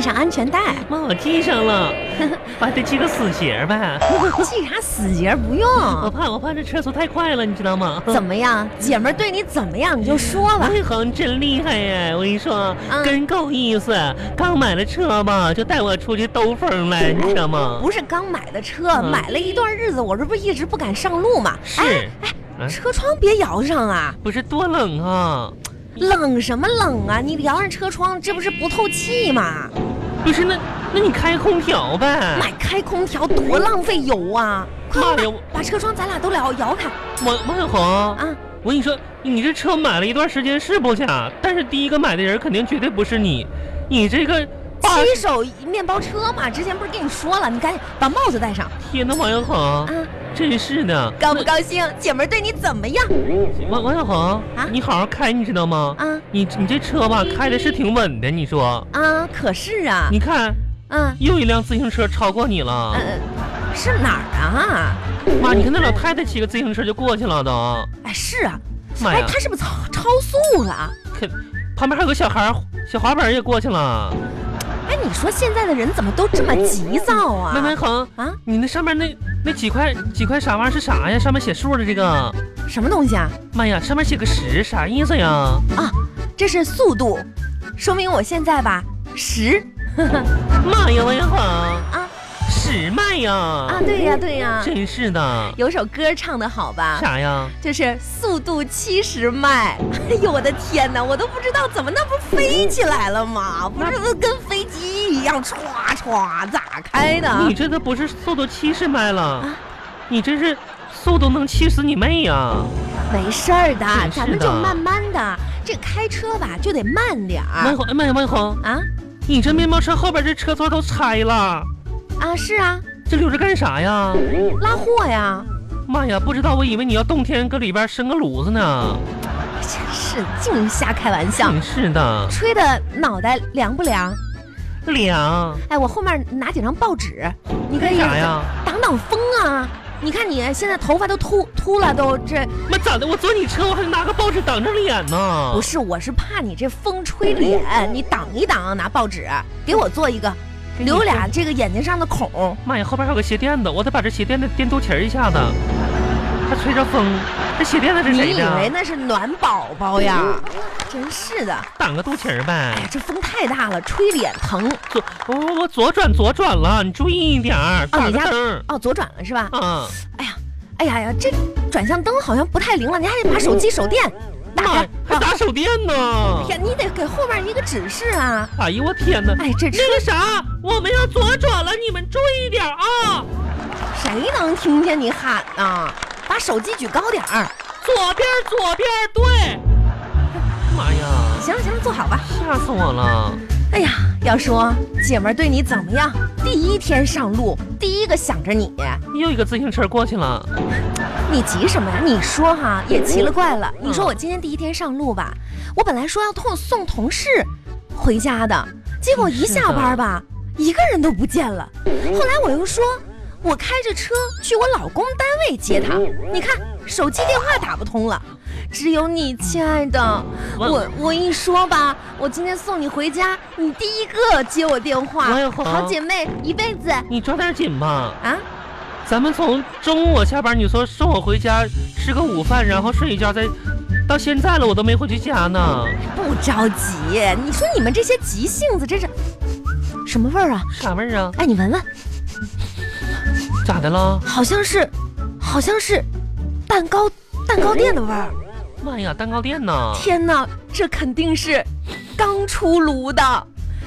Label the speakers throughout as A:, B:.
A: 上安全带，
B: 妈，我系哦上了，我还得系个死结呗。
A: 嗯系啥死结不用。
B: 我怕我怕这车速太快了，你知道吗？
A: 怎么样，姐们儿对你怎么样，你就说吧。
B: 魏恒真厉害呀！我跟你说，
A: 嗯
B: 真够意思。刚买了车吧，就带我出去兜风
A: 嗯
B: 来，你知道吗？
A: 不是刚买的车，
B: 嗯
A: 买了一段日子，我这不一直不敢上路嘛。
B: 是，嗯
A: 哎，车窗别摇上啊，
B: 不是多冷啊！
A: 冷什么冷啊？你摇上车窗，这不是不透气吗？
B: 不是那那你开空调呗？
A: 买开空调多浪费油啊！快快
B: 妈呀
A: 快，把车窗咱俩都摇摇开
B: 我魏恒，
A: 啊！
B: 我跟你说，你这车买了一段时间是不假，但是第一个买的人肯定绝对不是你，你这个八
A: 骑手面包车嘛，之前不是跟你说了，你赶紧把帽子戴上
B: 天呐，王小
A: 啊
B: 红，！真是的，
A: 高不高兴？姐们儿对你怎么样
B: 王王小红
A: 嗯啊，
B: 你好好开，你知道吗？
A: 啊？
B: 你你这车吧，开的是挺稳的，你说，
A: 啊，可是啊，
B: 你看
A: 嗯
B: 又一辆自行车超过你了，
A: 呃，是哪儿啊？
B: 妈，你看那老太太骑个自行车就过去了都，
A: 哎，是啊，
B: 妈
A: 哎
B: 呀，，
A: 他是不是超超速了啊？
B: 看旁边还有个小孩儿，小滑板也过去了，
A: 哎，你说现在的人怎么都这么急躁啊？
B: 那王小红，
A: 啊，
B: 你那上面那那几块几块啥玩意儿是啥呀？上面写数的这个。
A: 什么东西啊？
B: 妈呀，上面写个十，啥意思呀？
A: 这是速度，说明我现在吧十
B: 哦妈呀，王小红啊
A: 啊，
B: 十迈 呀！
A: 啊
B: 啊，
A: 对呀、对呀、
B: 真是的，
A: 有首歌唱的好吧？
B: 啥呀？
A: 就是速度七十迈。哎呦我的天哪，我都不知道怎么那不是飞起来了吗？不是跟飞机一样歘歘咋开的？
B: 你这都不是速度七十迈了
A: 啊，
B: 你这是速度能气死你妹呀！
A: 没事儿的，
B: 真是的
A: 咱们就慢慢的。这开车吧就得慢点
B: 王
A: 儿
B: 小红，哎妈呀，王小红，
A: 啊
B: 你这面包车后边这车座都拆了，
A: 啊是啊，
B: 这留着干啥呀？
A: 拉货呀，
B: 妈呀，不知道，我以为你要冬天搁里边生个炉子呢。
A: 真是净瞎开玩笑，
B: 真是的，
A: 吹的脑袋凉不凉？
B: 凉，
A: 哎，我后面拿几张报纸，你可以
B: 啥呀？
A: 挡挡风啊！你看你现在头发都秃秃了，都这
B: 妈咋的？我坐你车，我还拿个报纸挡着脸呢。
A: 不是，我是怕你这风吹
B: 哦
A: 脸，你挡一挡，拿报纸给我做一个，留俩这个眼睛上的孔。
B: 妈呀，后边还有个鞋垫子，我得把这鞋垫子垫肚脐儿一下子，还吹着风，这鞋垫子是
A: 你
B: 谁
A: 以为
B: 的？哦
A: 那是暖宝宝呀？真是的，
B: 挡个肚脐
A: 哎
B: 儿
A: 呀
B: 呗。，
A: 这风太大了，吹脸疼。
B: 左，我我我左转左转了，你注意一点儿，打
A: 你
B: 个
A: 家
B: 灯儿。
A: 哦，左转了是吧？
B: 啊，
A: 哎呀呀，这转向灯好像不太灵了，你还得把手机手电打
B: 妈呀
A: 开。，
B: 还打手电呢！
A: 哎呀，你得给后面一个指示啊！
B: 哎呦我天哪！
A: 哎，这车
B: 那个啥，我们要左转了，你们注意点儿啊！
A: 谁能听见你喊啊？把手机举高点儿。
B: 左边儿左边儿，对。妈呀，
A: 行了行了，坐好吧。
B: 吓死我了！
A: 哎呀，要说姐们儿对你怎么样？第一天上路，第一个想着你，
B: 又一个自行车过去了，
A: 你急什么呀？你说哈、也奇了怪了。你说我今天第一天上路吧，我本来说要送送同事回家的，结果一下班吧，一个人都不见了。后来我又说，我开着车去我老公单位接他，你看手机电话打不通了。只有你，亲爱的，
B: 王
A: 我我一说吧，我今天送你回家，你第一个接我电话
B: 王永，恒
A: 好姐妹，一辈子
B: 你抓点紧吧。
A: 啊！
B: 咱们从中午我下班，你说送我回家吃个午饭，然后睡一觉，再到现在了，我都没回去家呢。
A: 不着急，你说你们这些急性子真是什么味儿啊？
B: 啥味儿啊？
A: 哎，你闻闻，
B: 咋的了？
A: 好像是，好像是蛋糕蛋糕店的味儿。
B: 妈呀，蛋糕店呢？
A: 天哪，这肯定是刚出炉的，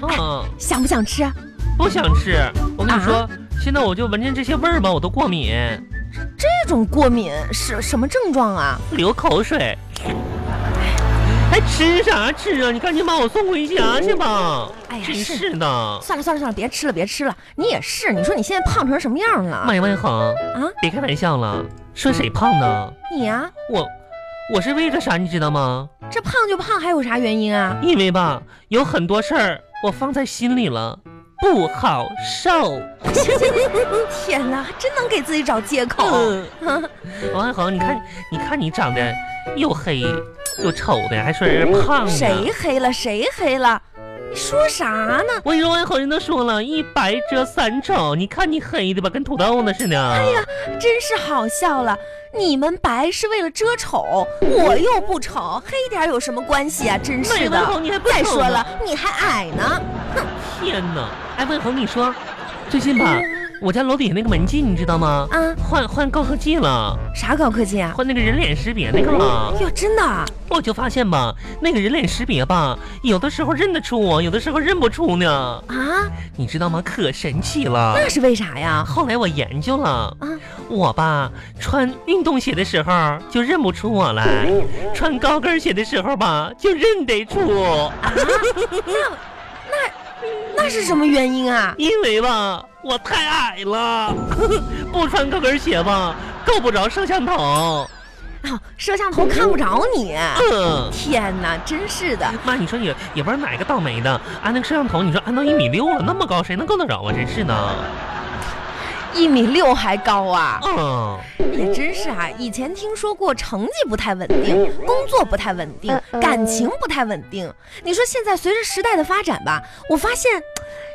B: 嗯，
A: 想不想吃？啊
B: 不想吃。我跟你说，现在我就闻见这些味儿吧，我都过敏，
A: 这种过敏是什么症状啊？
B: 流口水。还吃啥吃啊？你赶紧把我送回家去吧！
A: 哎呀
B: 真
A: 是
B: 是的。
A: 算了算了算了，别吃了别吃了，你也是，你说你现在胖成什么样了
B: 妈呀，万恒，
A: 啊？
B: 别开玩笑了，说谁胖呢？
A: 你呀、
B: 我，我是为了啥，你知道吗？
A: 这胖就胖，还有啥原因啊？
B: 因为吧，有很多事儿我放在心里了，不好受。
A: 天哪，真能给自己找借口。
B: 嗯， 王爱恒，你看，你看你长得又黑又丑的，还说人家胖呢。
A: 谁黑了谁黑了？说啥呢？
B: 我跟你说，我好人都说了一白遮三丑，你看你黑的吧，跟土豆呢似的。哎呀，
A: 真是好笑了！你们白是为了遮丑，我又不丑，黑点儿有什么关系啊？真是
B: 那文
A: 的。
B: 红你还不
A: 再
B: 丑
A: 说
B: 呢
A: 了，，你还矮呢。
B: 天哪！哎，文红，你说最近吧，我家楼底下那个门禁你知道吗？
A: 啊，
B: 换换高科技了，
A: 啥高科技啊？
B: 换那个人脸识别那个了。
A: 哟，真的啊？
B: 我就发现吧，那个人脸识别吧，有的时候认得出我，有的时候认不出呢。
A: 啊
B: 你知道吗？可神奇了。
A: 那是为啥呀？
B: 后来我研究了，
A: 啊，
B: 我吧穿运动鞋的时候就认不出我来，
A: 嗯
B: 穿高跟鞋的时候吧就认得出，
A: 那是什么原因啊？
B: 因为吧我太矮了， 不穿高跟鞋吧够不着摄像头。哦
A: 啊，摄像头看不着你。啊
B: 嗯，
A: 天哪，真是的。
B: 妈，你说也也不知道哪个倒霉的，安那个摄像头，你说安到一米六了，那么高谁能够得着啊？真是的。
A: 一米六还高啊！
B: 嗯，
A: 也真是啊，以前听说过成绩不太稳定，工作不太稳定，感情不太稳定。你说现在随着时代的发展吧，我发现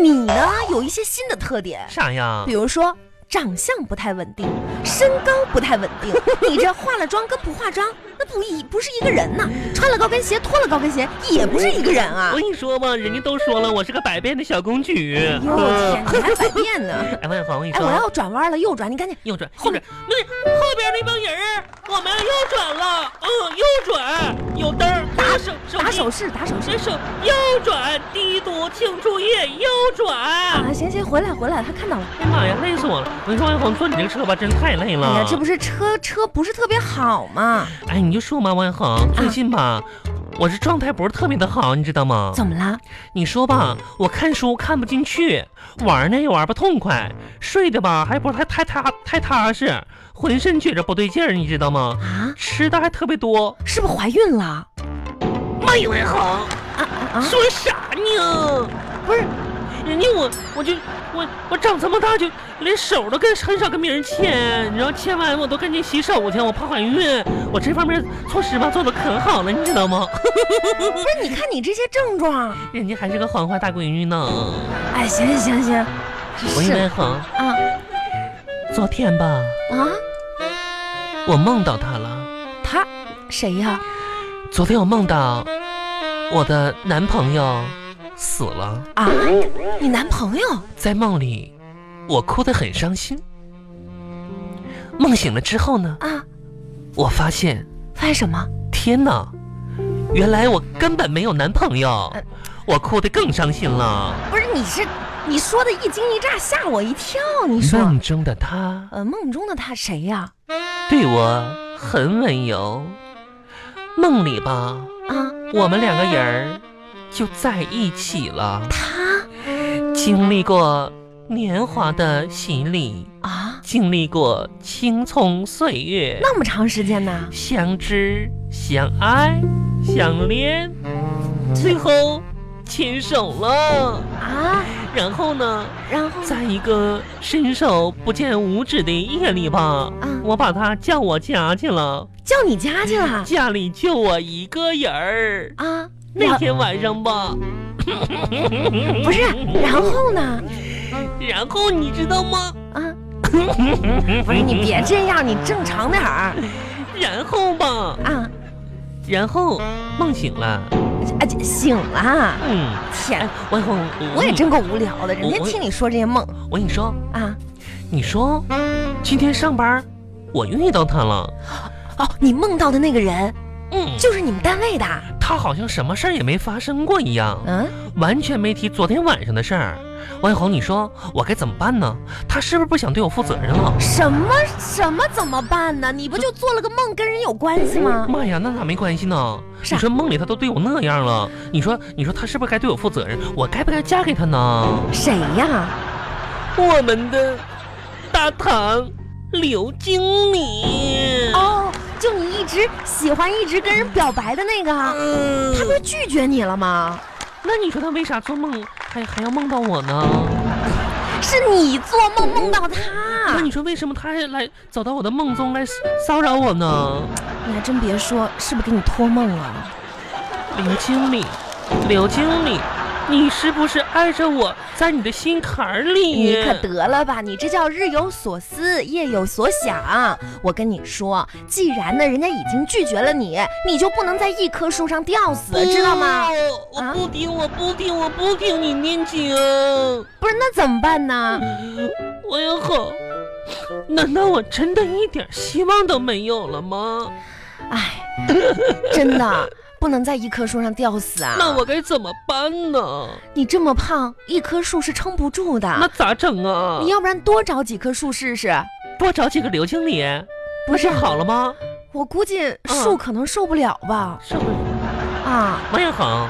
A: 你呢有一些新的特点，
B: 啥呀
A: 比？如说长相不太稳定，身高不太稳定。你这化了妆跟不化妆，那不一不是一个人呐、穿了高跟鞋，脱了高跟鞋，也不是一个人啊
B: 我。跟你说吧，人家都说了，我是个百变的小公举。嗯
A: 哟哎天，你还百变呢！
B: 哎，万芳，我跟你
A: 哎，
B: 说
A: 我，要转弯了，右转，你赶紧。
B: 右转，
A: 后
B: 后
A: 面
B: 边那后边那帮人儿，我们要右转了，嗯，右转，有灯儿，打手手
A: 打
B: 机
A: 手，势，打手势
B: 这手右转，低读庆祝夜右转。
A: 啊！行行，回来回来，他看到了。
B: 哎哎呀妈呀，累死我了！我跟你说，王小红，坐你这个车吧，真太累
A: 哎
B: 了
A: 呀，。这不是车车不是特别好吗？
B: 哎，你就说嘛，王小红，最近吧，我这状态不是特别的好，你知道吗？
A: 怎么了？
B: 你说吧，我看书看不进去，玩呢又玩不痛快，睡的吧还不是太太踏太踏实，浑身觉着不对劲儿，你知道吗？
A: 啊？
B: 吃的还特别多，
A: 是不是怀孕了？
B: 没文恒
A: 啊啊啊！
B: 说啥呢？
A: 不是，
B: 人家我我就我我长这么大就连手都跟很少跟别人牵，你知道牵完我都赶紧洗手去，我怕怀孕。我这方面措施吧做的可好了，你知道吗？
A: 不是，你看你这些症状。
B: 人家还是个黄花大闺女呢。
A: 哎，行行行行，
B: 我
A: 真
B: 跟
A: 是
B: 文恒，
A: 啊
B: 昨天吧，
A: 啊！
B: 我梦到他了。
A: 他谁呀？
B: 昨天我梦到我的男朋友死了，
A: 啊，你男朋友？
B: 在梦里我哭得很伤心。梦醒了之后呢，
A: 啊，
B: 我发现，
A: 发现什么？
B: 天哪，原来我根本没有男朋友
A: 呃，
B: 我哭得更伤心了。
A: 不是，你是你说的一惊一乍吓我一跳，你说。
B: 梦中的他
A: 呃，梦中的他谁呀？
B: 对我很温柔，梦里吧，
A: 啊，
B: 我们两个人儿就在一起了。
A: 他
B: 经历过年华的洗礼，
A: 啊，
B: 经历过青葱岁月，
A: 那么长时间呢？
B: 相知、相爱、相恋，最后牵手了。
A: 啊，
B: 然后呢，
A: 然后
B: 在一个伸手不见五指的夜里吧，
A: 嗯
B: 我把他叫我家去了，
A: 叫你家去了
B: 家里就我一个人儿。
A: 啊？
B: 那天晚上吧，
A: 不是，然后呢？
B: 然后你知道吗？
A: 啊，不是嗯你别这样，你正常点儿
B: 嗯然后吧，
A: 啊！
B: 然后梦醒了，
A: 啊，这醒了，啊
B: 嗯，
A: 天
B: 哎，，我我
A: 我也，真够无聊的，整天
B: 我
A: 听你说这些梦
B: 嗯我跟你说，
A: 啊。
B: 你说今天上班我遇到他了，
A: 哦，你梦到的那个人
B: 嗯，
A: 就是你们单位的，
B: 他好像什么事儿也没发生过一样，
A: 嗯，
B: 完全没提昨天晚上的事儿。王小红，你说我该怎么办呢？他是不是不想对我负责任了？
A: 什么什么怎么办呢？你不就做了个梦，跟人有关系吗？
B: 妈呀，那咋没关系呢？
A: 是啊
B: 你说梦里他都对我那样了，你说你说他是不是该对我负责任？我该不该嫁给他呢？
A: 谁呀？
B: 我们的大堂刘经理，
A: 哦，就你一直喜欢、一直跟人表白的那个，
B: 嗯
A: 他不是拒绝你了吗？
B: 那你说他为啥做梦还还要梦到我呢？
A: 是你做梦梦到
B: 嗯那
A: 他。
B: 你说为什么他还来走到我的梦中来骚扰我呢？
A: 你还真别说，是不是给你托梦了？
B: 刘经理，刘经理，你是不是爱着我，在你的心坎儿里？
A: 你可得了吧，你这叫日有所思，夜有所想。我跟你说，既然呢人家已经拒绝了你，你就不能在一棵树上吊死，知道吗？啊
B: 不？哎我不听，我不听，我不听你念经，我
A: 不是，那怎么办 呢？
B: 也好。哎难道我真的一点希望都没有了吗？
A: 哎，真的不能在一棵树上吊死啊！
B: 那我该怎么办呢？
A: 你这么胖，一棵树是撑不住
B: 那
A: 的。
B: 咋整啊
A: 你？要不然多找几棵树试试？
B: 多找几个刘经理，
A: 不是
B: 那好嗯了吗？
A: 我估计树可能受不了吧？
B: 是不是？
A: 啊，
B: 王彦恒，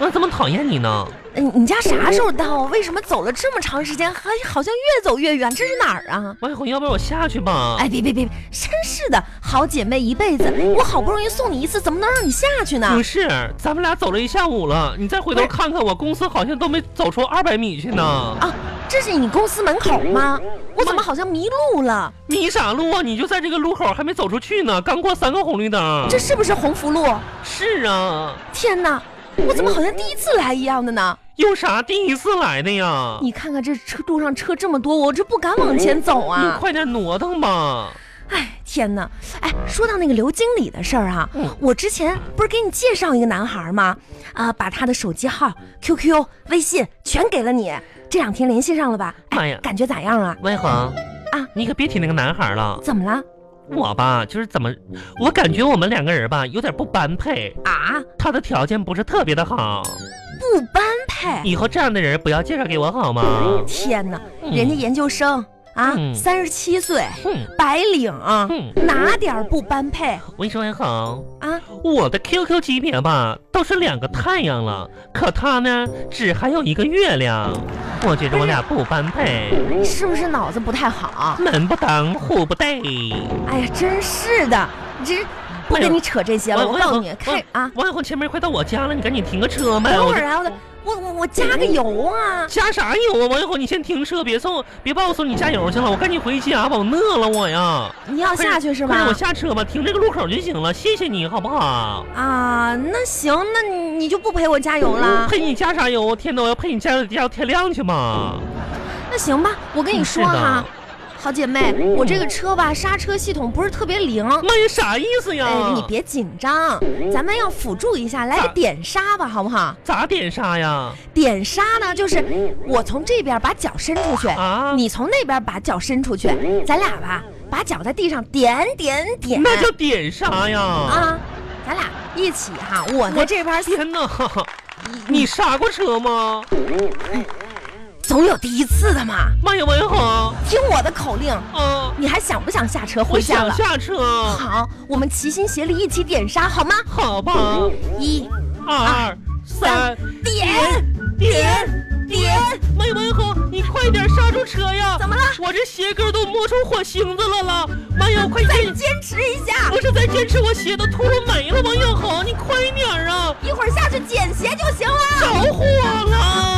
B: 我怎么讨厌你呢？
A: 你你家啥时候到？啊为什么走了这么长时间，还好像越走越远？这是哪儿啊？
B: 王彦恒，要不然我下去吧？
A: 哎，别别别，真是的，好姐妹一辈子，我好不容易送你一次，怎么能让你下去呢？
B: 不是，咱们俩走了一下午了，你再回
A: 不
B: 头
A: 是
B: 看看我，公司好像都没走出二百米去呢。
A: 啊，这是你公司门口吗？我怎么好像迷路了？
B: 迷啥路啊？你就在这个路口还没走出去呢，刚过三个红绿灯。
A: 这是不是鸿福路？
B: 是啊，
A: 天哪，我怎么好像第一次来一样的呢？
B: 有啥第一次来的呀？
A: 你看看这车路上车这么多，我这不敢往前走
B: 你
A: 啊！
B: 快点挪腾吧。
A: 哎，天哪！哎，说到那个刘经理的事儿啊，
B: 嗯
A: 我之前不是给你介绍一个男孩吗？啊、把他的手机号、QQ、微信全给了你，这两天联系上了吧？哎
B: 妈呀
A: 感觉咋样啊？
B: 万恒
A: 啊，
B: 你可别提那个男孩了。
A: 怎么了？
B: 我吧，就是怎么，我感觉我们两个人吧有点不般配，
A: 啊，
B: 他的条件不是特别的好。
A: 不般配！
B: 以后这样的人不要介绍给我好吗？
A: 天哪，
B: 嗯
A: 人家研究生啊
B: 嗯，
A: 三十七岁，
B: 哼
A: 白领，
B: 嗯哼，
A: 哪点儿不般配
B: 我跟你说，万恒，
A: 啊？
B: 我的 QQ 级别吧都是两个太阳了，可他呢只还有一个月亮，我觉得我俩不般配，
A: 是不是脑子不太好？
B: 门不当户不对。
A: 哎呀，真是的，这不
B: 哎呦
A: 跟你扯这些了。我
B: 万
A: 告诉
B: 万
A: 你，
B: 恒
A: 开
B: 万
A: 啊，
B: 王小红前面快到我家了，你赶紧停个车呗。
A: 等
B: 我
A: 会
B: 就
A: 儿啊，我得我我我加个油啊！
B: 加啥油啊？王小红，你先停车，别送，别把我送你加油去了，我赶紧回家吧，我饿了我呀。
A: 你要
B: 快点
A: 下去是
B: 快
A: 吧
B: 点哎我？下车吧，停这个路口就行了。谢谢你好不好？
A: 啊，那行，那你你就不陪我加油啦？
B: 配你加啥油？天呐，我要配你加油加到天亮去嘛。
A: 那行吧，我跟你说
B: 是的
A: 哈，好姐妹，我这个车吧刹车系统不是特别灵，
B: 妈呀，啥意思呀？
A: 哎，你别紧张，咱们要辅助一下，来个
B: 咋
A: 点刹吧，好不好？
B: 咋点刹呀？
A: 点刹呢，就是我从这边把脚伸出去，
B: 啊，嗯
A: 你从那边把脚伸出去，咱俩吧，把脚在地上点点点，
B: 那叫点刹呀！啊，
A: 啊，咱俩一起哈，我在
B: 我
A: 这边
B: 天哪，你刹过车吗？
A: 总有第一次的嘛，
B: 妈呀，王小红
A: 听我的口令，
B: 啊，
A: 你还想不想下车
B: 我
A: 回家
B: 想
A: 了？
B: 下车，
A: 好，我们齐心协力一起点刹，好吗？
B: 好吧，
A: 一啊
B: 二三，
A: 点点点，
B: 妈呀，王小红，你快点刹住车呀！
A: 怎么了？
B: 我这鞋跟都磨出火星子了了！妈呀，快
A: 再
B: 点！
A: 坚持一下，
B: 不是再坚持，我鞋都秃噜没了！王小红，你快点儿啊，
A: 一会儿下去捡鞋就行了。
B: 着火了！